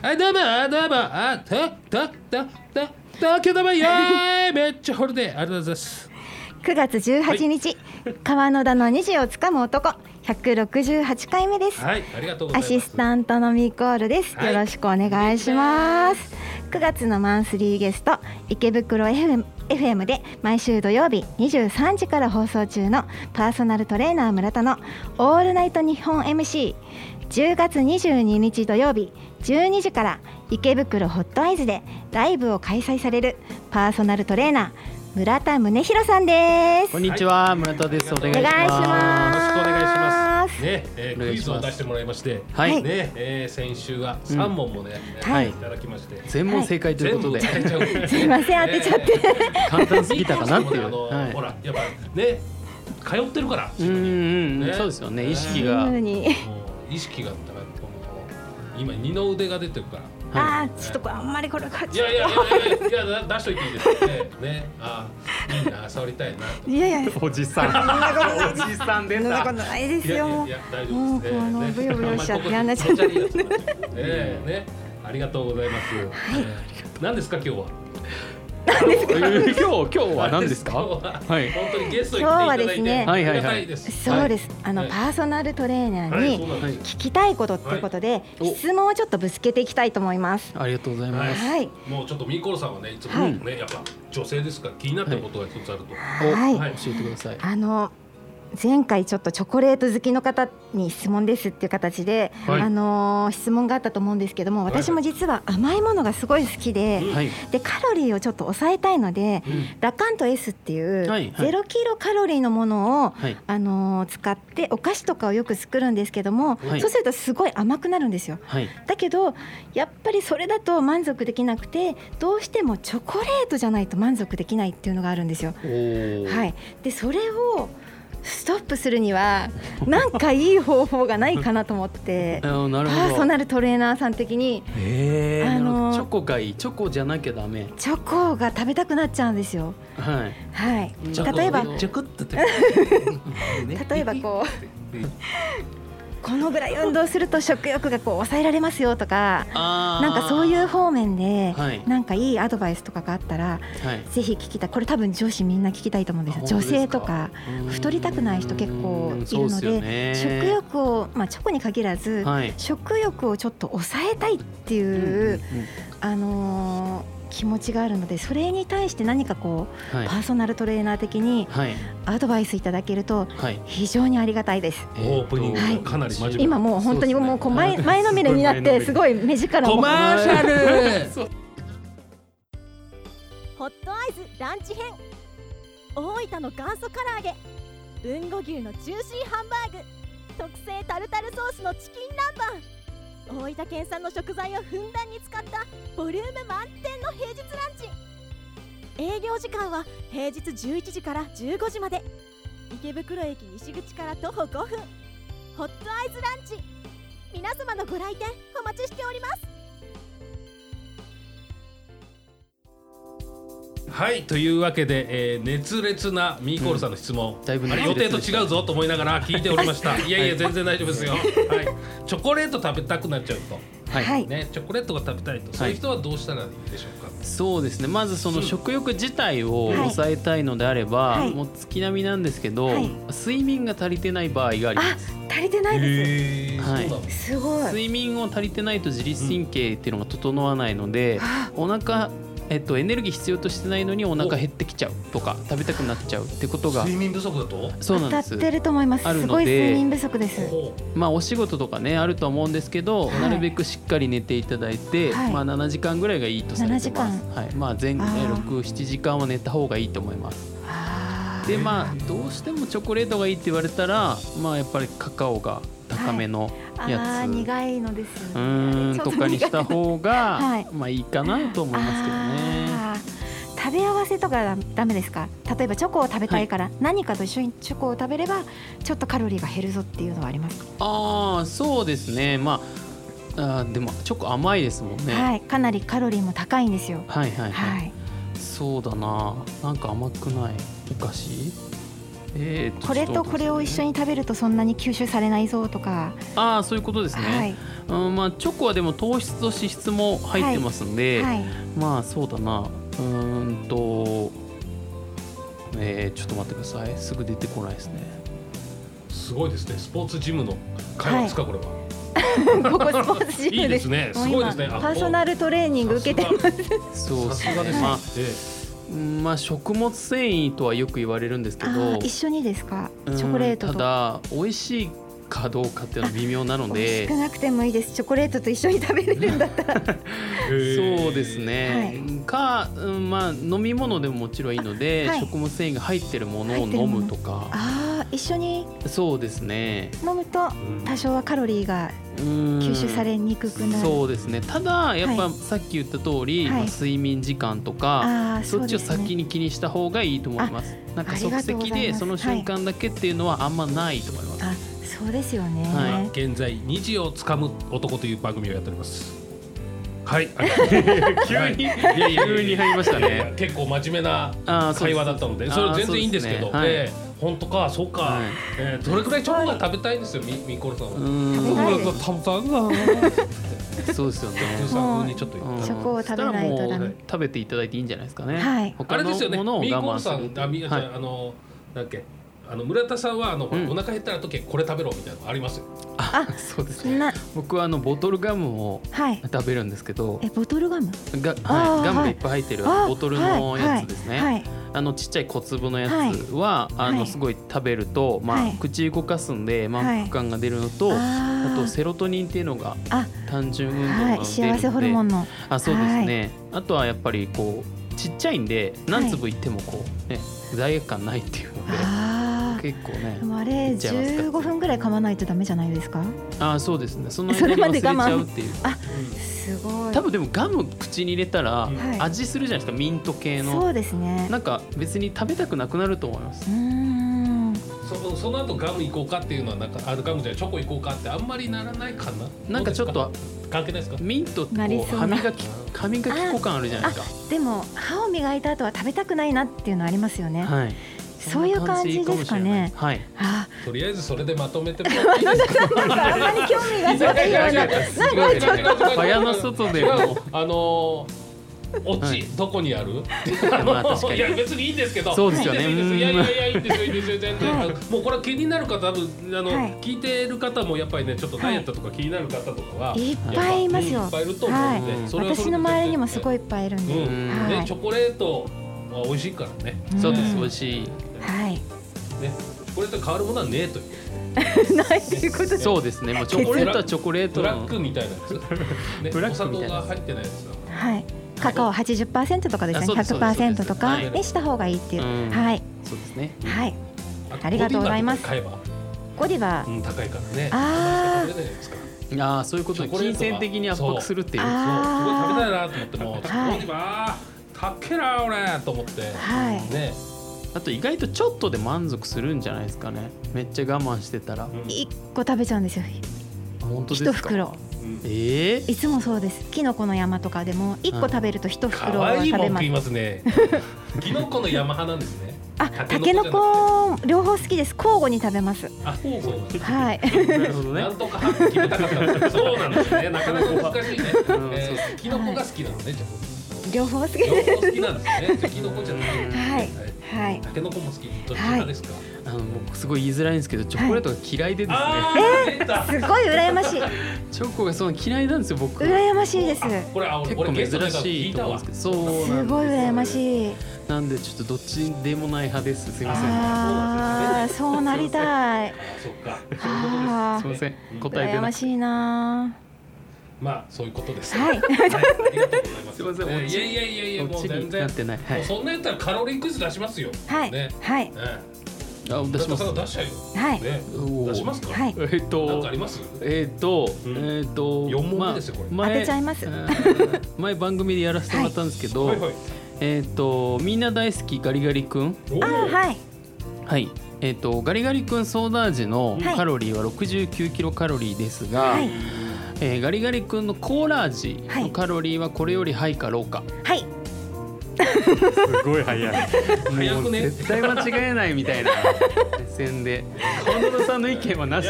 あどうもどうもあたたたただけどもやーいめっちゃ掘るでありがとうございます9月18日、川野田の2時をつかむ男168回目です、はいありがとうございアますシスタントのミコールです、はいよろしくお願いします9月のマンスリーゲスト池袋 FM, FM で毎週土曜日23時から放送中のパーソナルトレーナー村田の「オールナイト日本 MC」10月22日土曜日12時から池袋ホットアイズでライブを開催されるパーソナルトレーナー村田宗弘さんですこんにちは、村田です。お願いしお願いしま。ますよろしくお願いします。すね、えーお願クいイしズますを出してもらいまして、はね、いえー先週は三問もね、えーはいいただきまして、全問正解という全こと部で、答えちゃう。すいません当てちゃって簡単すぎたかなっていしかう。も ねあのはいほら、やっぱね、通ってるから、うんうんうねん、そうですよね。意識自が由。にもう意識がだからもう今二の腕が出てるから。はあーちょっとこれあんまりこれこっいちやいやいやいやいや出しといていいですよね。ね、あ、いいな、触りたいなと。いやいやおじさん。おじさんそ出んなことた。ないですいやいやよいや大丈夫です。もうこえのえねブヨブヨしちゃってあんまりここやんなっちゃってここじゃねえやつええね、ありがとうございます。ええ何ですか今日は。えー今日今日は何ですか。今日ははい。本当にゲストに来ていただいて今日はですねありがたいです。そうですあのはいパーソナルトレーナはーい、にそうなんです。聞きたいことってことではいお質問をちょっとぶつけていきたいと思いますありがとうございまはいす。はいもうちょっとミコロさんはねいつもね、やっぱ女性ですから気になったことが一つあると。おはいはい教えてください。あの前回ちょっとチョコレート好きの方に質問ですっていう形で、はいあのー質問があったと思うんですけども私も実は甘いものがすごい好きで、はい。でカロリーをちょっと抑えたいので、うんラカント S っていうはいはいゼロキロカロリーのものを、はいあのー使ってお菓子とかをよく作るんですけども、はいそうするとすごい甘くなるんですよ。はい。だけどやっぱりそれだと満足できなくてどうしてもチョコレートじゃないと満足できないっていうのがあるんですよ。おお。はい、でそれをストップするにはなんかいい方法がないかなと思ってあパ ーなるーほソど。ナルトレーナーさん的にえあえ。なるほのーどチョコがいい。チョコじゃなきゃダメ。チョコが食べたくなっちゃうんですよ。はい。はい、チョコ例えばチちョょこっと 例えばこうこのぐらい運動すると食欲がこう抑えられますよとかああ。なんかそういう方面ではいなんかいいアドバイスとかがあったらはい。ぜひ聞きたいこれ多分上司みんな聞きたいと思うんですよ女性とか太りたくない人結構いるので食食欲を、まあ、チョコに限らず、はい食欲をちょっと抑えたいっていう、あのー気持ちがあるのでそれに対して何かこう、はいパーソナルトレーナー的にはいアドバイスいただけるとはい非常にありがたいです。オープニングはいかなり真面目今もう本当にもうこう前前のめりになってすいごい目力もコマーシャル。ホットアイズランチ編大分の元祖唐揚げ豊後牛のジューシーハンバーグ特製タルタルソースのチキン南蛮大分県産の食材をふんだんに使ったボリューム満点の平日ランチ営業時間は平日11時から15時まで池袋駅西口から徒歩5分ホットアイズランチ皆様のご来店お待ちしておりますはいというわけで、えー、熱烈なミーコールさんの質問、んだいぶあ熱れ烈予で定したと違うぞと思いながら聞いておりましたいやいや全然大丈夫ですよ、はい、チョコレート食べたくなっちゃうはいはいと、ね、チョコレートが食べたいとそういう人はどうしたらいいでしょうか、そうですねまずその食欲自体をはい抑えたいのであれば、はいもう月並みなんですけど、はい睡眠が足りてない場合があります足りてないでへえはいそうなんですす。すごい。睡眠を足りてないと自律神経っていうのが整わないので、お腹えっとエネルギー必要としてないのにお腹減ってきちゃうとか食べたくなっちゃうってことが睡眠不足だとそうな当んたでっすてると思います。あするのでごい睡眠不足です。ほまあ、お仕事とかねあるとは思うんですけど、はいなるべくしっかり寝ていただいて、はいまあ、7時間ぐらいがいいとされてます7、はいまあ、前あー67時間は寝た方がいいと思いますあーでまあどうしてもチョコレートがいいって言われたら、まあ、やっぱりカカオが高めのやつ、あー苦いのですよね。うーんちょっと苦いかにした方が、はいまあいいかなと思いますけどね。あー食べ合わせとかだダメですか例えばチョコを食べたいから、何かと一緒にチョコを食べればちょっとカロリーが減るぞっていうのはありますか、ああそうですねまああーでもチョコ甘いですもんね。はいかなりカロリーも高いんですよはいはいはいはいそうだななんか甘くないお菓子えーこれとこれを一緒にに食べるとそんなに吸収されないぞとか、ああそういうことですね、はいうんまあ、チョコはでも糖質と脂質も入ってますんで、はい まあそうだなうーんとえー、ちょっと待ってくださいすぐ出てこないですねすごいですねスポーツジムの会話ですか、これはここスポーツジムいいですねもうすごいですねあ今パーソナルトレーニング受けてさすがそさうですすがでねすねまあ、ええうんまあ食物繊維とはよく言われるんですけあどー一緒にですかチうんョコレートとただ美味しいかどうかっていうのは微妙なの美味しでくなくてもいいですチョコレートと一緒に食べれるんだったらそうですはいね、か、うん、まあ飲み物でももちろんいいので、あはい食物繊維が入ってるもの入をってる飲ものむとかあー一緒にそうですね飲むとうん多少はカロリーが吸吸収されにくくなる、そうですねただやっはぱいさっき言った通り、はいまあ睡眠時間とかああーそっちをそうです先ねに気にした方がいいと思いますなんかありが即とうござい席ますでその瞬間だけっていうのはあんまないと思います、あそうですよね、は現在二時をつかむ男という番組をやっておりますはいありがとうございます急にはいいやいやいや急に入りましたねいやいや結構真面目なあーそう会です話だったのであーそれ全然いいんですけどそうでええ本当かそうか、はいええどれくらいチョコが食べたいんですよみみころさんは、う食べーない僕らが食べたいなんそうですよねジューさん風にちょっと言うっんたチョコを食べないとダメそしたらもう食べていただいていいんじゃないですかね、はいあ他れのですよねものをミーコ我慢ーすさるんあみあ,、はいあのなんだっけあの村田さんはあの、うんお腹減ったら時はこれ食べろみたいなのありますよあ そうですねな僕はあのボトルガムをはい食べるんですけどえボトルガムが、あーはい、ガムがいっぱい入ってるあーボトルのやつですね、はいあのちっちゃい小粒のやつは、あはのいすごい食べると、まあはい口動かすんで満腹感が出るのと、ああーとセロトニンっていうのがあ単純運動が出はるのいで幸せホルモンのあそうですね、あとはやっぱりこうちっちゃいんで何粒いってもこう、ね、罪悪感ないっていうのあで結構あねでもあれいっちゃいますか15分ぐらい噛まないとダメじゃないですかあーそうですねそのそ間れにまで忘れちゃ我慢うっていうすごい多分でもガム口に入れたらはい味するじゃないですかミント系そのうですねなんか別に食べたくなくなると思いまうすーんそその後ガム行こうかっていうのはなんかあのガムじゃないチョコ行こうかってあんまりならないかななんかちょっと関係ないですかミントってなりこそうう歯な磨き歯磨き粉感あるじゃないですでも歯を磨いた後は食べたくないなっていうのありますよね、かはいそういう感じですか ねそんな感じあとりあえずそれでまとめてもらっていいですかーなん かあんまり興味がないようなかもしれないはいなんかちょっと小屋の外で違うもあのーオはチいどこにある？まあ確かにいや別にいいんですけど。そうですよねいいですいいですいやういんやいやいいんですよいいんですよ全然。はあいのもうこれ気になる方多分あのはい聞いてる方もやっぱりねちょっとダイエットとか気になる方とかは。いっぱいいますよやっぱうんいっぱいいると思うんで、はいそれはそれ私の周りにもすごい。いいっぱいいるんうで、ん。はいねチョコレートは美味しいからね。はいそうでうすん美味しい はいねチョコレートに変わるものはねえという。ないっていうことそうですねもうチョコレートはチョコレートブラッのクみたいなや つ。ねブラおッ砂クみ糖たいなが入ってないやつだ。はいカカオ80%とかですあねそうですそうです100%とかはいにした方がいいっていう、うんはいそうですねはいとありがとうございますゴディバとか買えゴディバば、うん、高いからね。あー食べないですから。ああそういうことチョコレー金トが銭的に圧迫するっていうそうすごい食べあーたいなと思ってもう、はい当時はたっけえな俺と思って、はいね、あと意外とちょっとで満足するんじゃないですかねめっちゃ我慢してたらうん一個食べちゃうんですよ本当ですか一袋うんええいつもそうですキノコの山とかでも一個食べると一袋可は愛い食もんべま食すいます ね。キノコの山派なんですね。あ、タタケケノノココ両方好きです。交互に食べます。あ、そうそう。 はい。なるほどねなんとか決めたかったんですけどそうなんです ね。なかなか難しいね。んえーキノコが好きなのね。じゃ 両方好きあ両で方好きなんですね。じゃあキノコじゃない。す。はい。はい。タケノコも好き。どちらですか。あの僕すごい言いづらいんですけどチョコレートが嫌いでですね、あー出た。すごい羨ましい。チョコがその嫌いなんですよ僕羨ましいです。すこれあ俺結俺ゲスト構で珍し聞いいとた思うわん。ですけどそうなんですごい羨ましい。なんでちょっとどっちでもない派ですすいませんああ、そうなりたい。あそっか。あすいませんうん答え出羨なまくてしいなまあそういうことです。はいありがとうございます。すいませんえーオいチやいやいやいやこもっうち全に然なっ。てない、はもうい、そんなんやったらカロリークイズ出しますよ。ー。はいね。。はい。えあえ。出し出ましす出しちゃうよ。はい。ね。おー出しますか。はい。えーっなんかとあります。えーっと、うんえーっと四問目ですよこれまあ当てちゃいますえー前番組でやらせてもらったんですけど、はいはい。えーっとみんな大好きガリガリ君おあーはい。はいえーっとガリガリ君ソーダ味のはいカロリーは69キロカロリーですが、はい。えーガリガリ君のコーラ味はのいカロリーはこれよりハイかローか、はい。すごい早い。早くねもう絶対間違えないみたいな目線で河村さんの意見はなし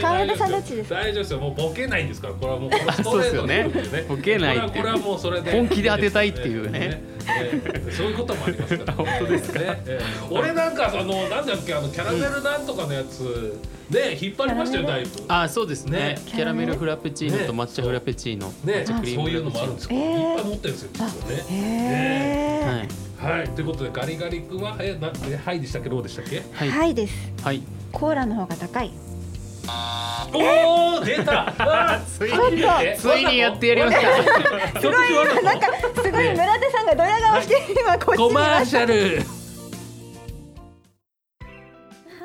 川村さんどっちですか大丈夫ですよもうボケないんですからこれはもうこのスそトうレでートすよに言うねんですねボケないってこれはこれはもうそれで本気で当てたいっていうねえーえーそういうこともありますから、ね、本当ですかえー俺なんかあのなんだっけあのキャラメルなんとかのやつで引っ張りましたよだいぶあそうですねねキャラメルフラペチーノと抹茶フラペチーノ、ね抹茶クリーそムうフいラうのペチもあーるんですよ、いっぱえーノい持ってるんですよ実はねへねえはいはいということでガリガリ君はえなんでハイでしたっけローでしたっけはい、ははいいですはい、コーラの方が高いおお出たあ ーついちょっといいねついにやってやりましたひょっとして悪いのなんかすごい村田さんがドヤ顔して今こっちコにマはーシャルあ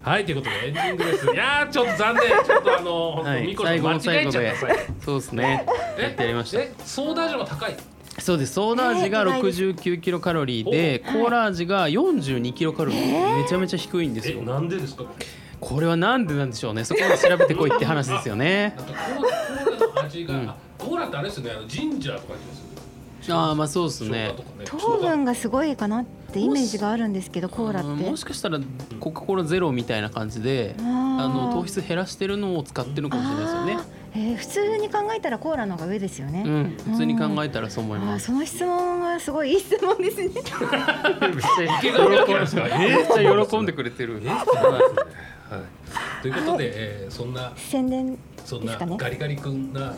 はいということでエンディングですいやーちょっと残念ちょっとあの本当はいミコちゃん間違えちゃった最そうですねえやってやりましたえソーダ味も高いそうですソーダ味が69キロカロリーでコーラ味が42キロカロリーめちゃめちゃ低いんですえよなんでですかこれこれはなんでなんでしょうねそこまで調べてこいって話ですよね なんかコーラコーラの味が、うんあコーラってあれですよねあのジンジャーとかにますよねああまあそうですね生姜とかね糖分がすごいかなってイメージがあるんですけどコーラってうんもしかしたらコカ・コーラゼロみたいな感じであーあの糖質減らしてるのを使ってるのかもしれないですよねあーえー普通に考えたらコーラの方が上ですよね、うん普通に考えたらそう思いあまーすその質問はすごいいい質問です ねめっちゃ喜んでますからめっちゃ喜んでくれてるはい、ということで、えーそんな宣伝そんでなすかねガリガリ君な、はい、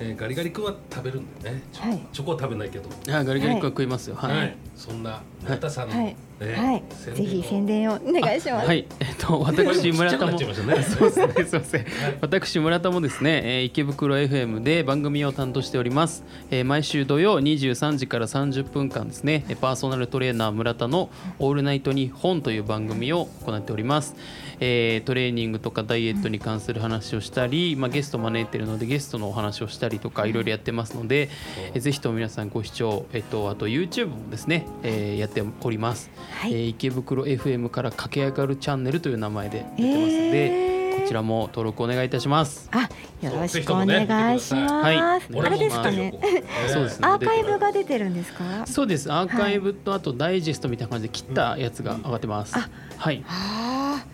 えーガリガリ君は食べるんだよねチョ,、はいチョコは食べないけどあガリガリ君は食いますよはい、はいそんな村田さんの、はいねはい宣伝をぜひ宣伝をお願いします、はい、えっと、私村田も。ちっちゃくなっちゃいまし たねそうですね、すみません。私村田もですね、えー池袋 FM で番組を担当しております。えー毎週土曜23時から30分間ですね、えーパーソナルトレーナー村田のオールナイトニッポンという番組を行っております。えートレーニングとかダイエットに関する話をしたり、まあゲストを招いているのでゲストのお話をしたりとかいろいろやってますので、えーぜひとも皆さんご視聴、えっとあと YouTube もですね、えーやっております。はいえー池袋 FM から駆け上がるチャンネルという名前でやってますので、えーこちらも登録お願いいたします。あよろしくお願いしはいます、俺あれもですか見ねてるよここそうですねアーカイブが出てるんですかそうですアーカイブとあとダイジェストみたいな感じで切ったやつが上がってます。はい。ああ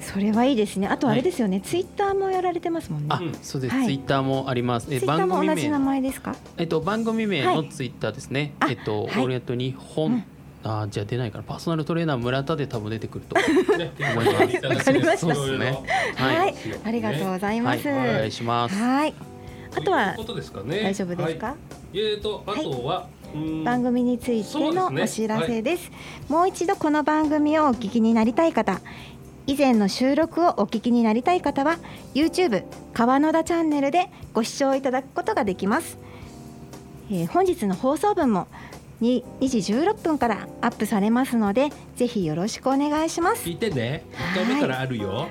それはいいですねあとあれですよね、ツイッターもやられてますもんねあ、そうです、はいツイッターもあります。ツイッターも同じ名名前ですかえっと番組名はのいツイッターですね。あえっと、はいオールナイト日本、あじゃあ出ないからパーソナルトレーナー村田で多分出てくる とはね思いますわかりましたそういうのはい、はいありがとうございます、いお願いします。はいあとはということですかね大丈夫ですか、はいえーとあとは、うーん番組についてのそうおです知ねらせですもう一度この番組をお聞きになりたい方以前の収録をお聞きになりたい方は YouTube 川野田チャンネルでご視聴いただくことができます、えー本日の放送分もに2時16分からアップされますのでぜひよろしくお願いします聞いてね一回目からあるよ、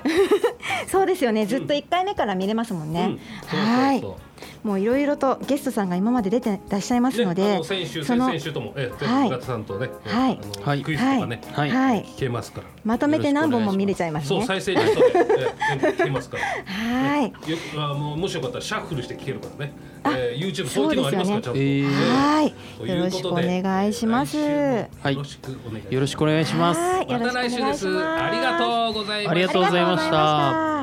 そうですよねずっと1回目から見れますもんうねん、はいそうそうそうもういろいろとゲストさんが今まで出てらっしゃいますのねであ先週そ先の々週とも、ええ、はい全部さんとね、ええはいあのはいクイズとかね、はい。はい聞けますから。まとめて何本も見れちゃいますねそう再生リストで、ええ全部聞けます から。はいよあもうもしよかったらシャッフルして聞けるからね。あえー、YouTube そういう機能ありますからちゃそんと。うですよねえはい、とようろこしくおとで願いします。えはー来週もよろしくお願いしますよろしくお願いしままた来週いよろしくお願いしす。でます。す。ありがとうございました。ありがありがととうございましたうございました。